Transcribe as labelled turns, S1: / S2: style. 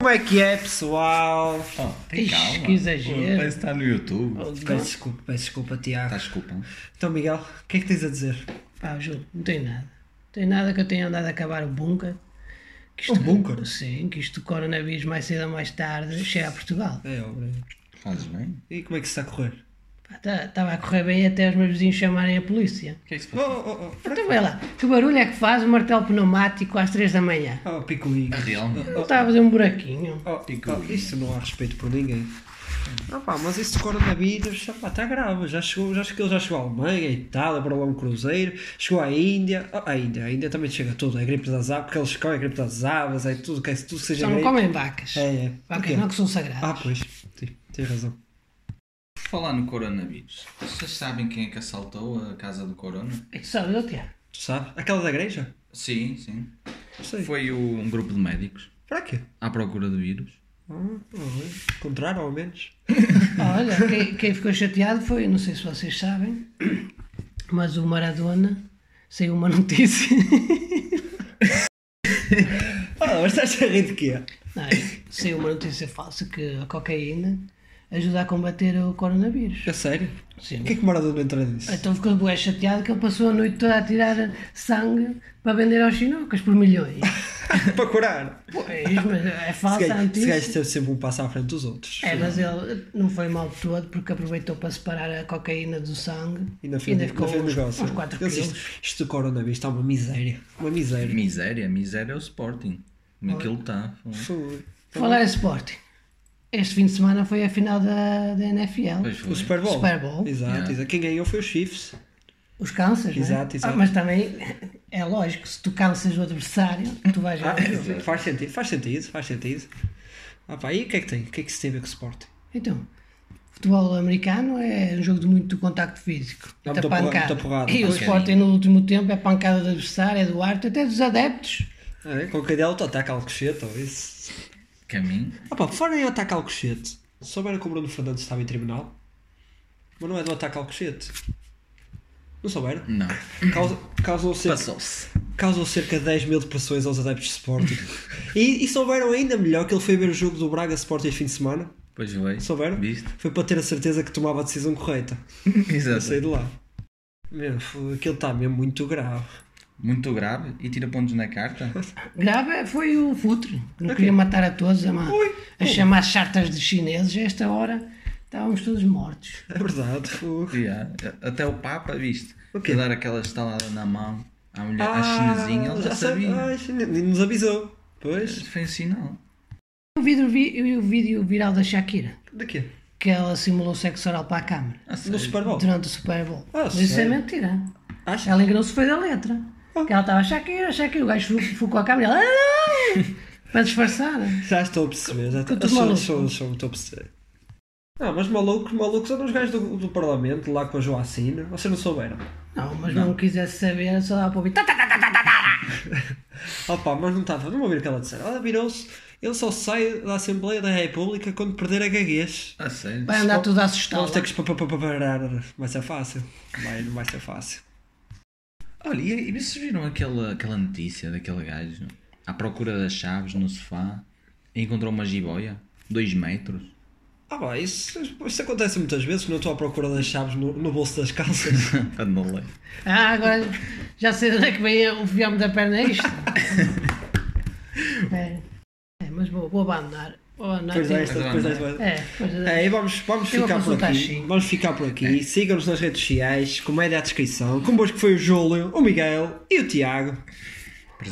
S1: Como é que é, pessoal?
S2: Oh, tem
S1: Ixi,
S2: calma.
S1: que exagero.
S2: Pô, Parece que está no YouTube.
S1: Oh,
S2: Tá-
S1: peço desculpa, peço desculpa, Tiago.
S2: Estás desculpa. não?
S1: Então, Miguel, o que é que tens a dizer?
S3: Pá, Júlio, não tem nada. Não tem nada que eu tenha andado a acabar o bunker. Que
S1: O Um bunker?
S3: Sim, que isto do coronavírus mais cedo ou mais tarde chega a Portugal.
S1: É, obra.
S2: Fazes bem?
S1: E como é que se está a correr?
S3: Estava tá, a correr bem até os meus vizinhos chamarem a polícia.
S2: O que é que se
S1: Oh,
S2: passa?
S1: oh, oh,
S3: Então vê lá, que barulho é que faz o martelo pneumático às 3 da manhã?
S1: oh, oh picuinho.
S2: Realmente.
S3: Não está a fazer um buraquinho.
S1: Oh, oh, isso não há respeito por ninguém. Ah, pá, mas isso de coronavírus ah, pá, está grave. Já chegou, já chegou, já chegou à Alemanha, à Itália, para lá um cruzeiro, chegou à Índia. Ah, a Índia, a Índia também chega tudo. É a gripe das aves, porque eles comem a gripe das aves, é tudo, que é tudo que seja
S3: Só não
S1: gripe.
S3: comem vacas.
S1: É, é. Porquê?
S3: Vacas não que são
S1: Ah,
S3: sagradas.
S1: pois, sim, tens razão.
S2: Por falar no coronavírus, vocês sabem quem é que assaltou a casa do corona?
S3: E tu É sabes, eu Tiago?
S1: Tu sabes? Aquela da igreja?
S2: Sim, sim.
S1: Não sei.
S2: Foi o- um grupo de médicos
S1: Para quê?
S2: à procura do vírus.
S1: Ah, Contrário, ao menos.
S3: Olha, quem, quem ficou chateado foi, não sei se vocês sabem, mas o Maradona saiu uma notícia.
S1: Ah, mas estás a rir de quê?
S3: Não, saiu uma notícia falsa que a cocaína ajuda a combater o coronavírus.
S1: A sério?
S3: Sim.
S1: O que é que o Maradona entra nisso?
S3: Então ficou bué chateado que ele passou a noite toda a tirar sangue para vender aos chinocas por milhões. tá.
S1: Para curar.
S3: Pois, mas é
S1: Esse
S3: falsa a
S1: gajo, esse gajo
S3: notícia.
S1: teve sempre um passo à frente dos outros.
S3: É, mas ele não foi mal de todo porque aproveitou para separar a cocaína do sangue
S1: E na fim, na
S3: ficou
S1: fim do
S3: uns,
S1: negócio.
S3: uns 4
S1: Eles-
S3: quilos.
S1: isto, isto do coronavírus está uma miséria. Uma miséria.
S2: Miséria, miséria é o Sporting. Como é aquilo está.
S1: Foi.
S3: Falar em Sporting. Este fim de semana foi a final da, da NFL.
S2: Pois foi.
S1: O Super Bowl.
S3: Super Bowl.
S1: Exato,
S2: Yeah.
S1: exato. Quem ganhou foi os Chiefs.
S3: Os cansas, não é?
S1: Exato, exato.
S3: Ah, mas também é lógico, se tu cansas o adversário, tu vais
S1: Ah,
S3: ao jogo.
S1: faz sentido, faz sentido, faz sentido. Ah pá, e o que é que tem? O que é que se tem a ver com o Sporting?
S3: Então, futebol americano é um jogo de muito contacto físico.
S1: Dá
S3: muita
S1: É muita porra-
S3: pancada.
S1: muita porrada,
S3: e o
S2: pancadinha.
S3: Sporting no último tempo é pancada do adversário, é do árbitro, até dos adeptos.
S1: Ah, é? Qualquer dela tu ataca Alcochete ou então, isso.
S2: Caminho.
S1: Ah pá, fora em ataque ao cochete. Souberam que o Bruno Fernandes estava em tribunal? Mas não é do ataque ao cochete. Não souberam?
S2: Não.
S1: Causa- Causou cerca,
S2: Passou-se.
S1: causou cerca de 10 mil depressões aos adeptos de Sporting. e, e souberam ainda melhor que ele foi ver o jogo do Braga Sporting este fim de semana?
S2: Pois foi.
S1: Souberam?
S2: Viste?
S1: Foi para ter a certeza que tomava a decisão correta. Eu saí
S2: Exato.
S1: de lá. Meu, f- aquilo está mesmo muito grave.
S2: Muito grave. E tira pontos na carta.
S3: Grave é, foi o Futre, que não queria matar a todos, a, ma-
S1: Ui.
S3: a chamar chartas de chineses. A esta hora estávamos todos mortos.
S1: É verdade. f-
S2: Yeah. Até o Papa, viste?
S1: O quê?
S2: Que dar aquela estalada na mão à mulher, à
S1: Ah,
S2: chinesinha, ela já
S1: sabe-
S2: sabia.
S1: Ah, chine- nem nos avisou. Pois.
S2: Foi um sinal.
S3: Eu vi o vi- o vídeo viral da Shakira,
S1: De quê?
S3: que ela simulou sexo oral para a câmara
S2: Ah,
S1: No
S2: sério?
S1: Super Bowl.
S3: durante o Super Bowl.
S1: Oh. Ah,
S3: Mas isso é
S1: sério?
S3: mentira.
S1: Acho
S3: Ela enganou-se foi da letra. Que ela estava Shakira, Shakira, o gajo fo- focou a câmera e ela. "Ah!" para disfarçar.
S1: Já estou a perceber, já estou
S3: Tudo
S1: sou-
S3: maluco.
S1: sou- sou- estou a perceber. Ah, mas malucos, malucos são os gajos do, do Parlamento lá com a Joacina. Vocês não souberam?
S3: Não, mas não, quisesse saber, só dava para ouvir. "Tá, tá, tá, tá, tá, tá, tá".
S1: Opa, mas não estava, não ouvi o que ela disseram. Ela virou-se, ele só sai da Assembleia da República quando perder a gaguez.
S2: Ah, sério?
S3: Vai andar tudo
S1: Vamos
S3: assustado.
S1: ter que espa- pa- pa- pa- parar, vai ser fácil. Vai, não vai ser fácil.
S2: Olha, e, e vocês viram aquela, aquela notícia daquele gajo à procura das chaves no sofá e encontrou uma jiboia? Dois metros?
S1: Ah, pá, isso, isso acontece muitas vezes, não estou à procura das chaves no, no bolso das calças.
S2: Está na lei.
S3: Ah, agora já sei de onde é que vem o fiame da perna é isto. é. É, mas vou, vou abandonar. Vou abandonar.
S1: Depois desta, é, depois desta.
S3: É, Ah, pois é.
S1: É, e vamos, vamos
S3: Eu
S1: ficar
S3: vou
S1: por
S3: consultar,
S1: aqui.
S3: sim. É.
S1: Vamos ficar por aqui. Sigam-nos nas redes sociais, comédia à descrição. Convosco foi o Júlio, o Miguel e o Tiago.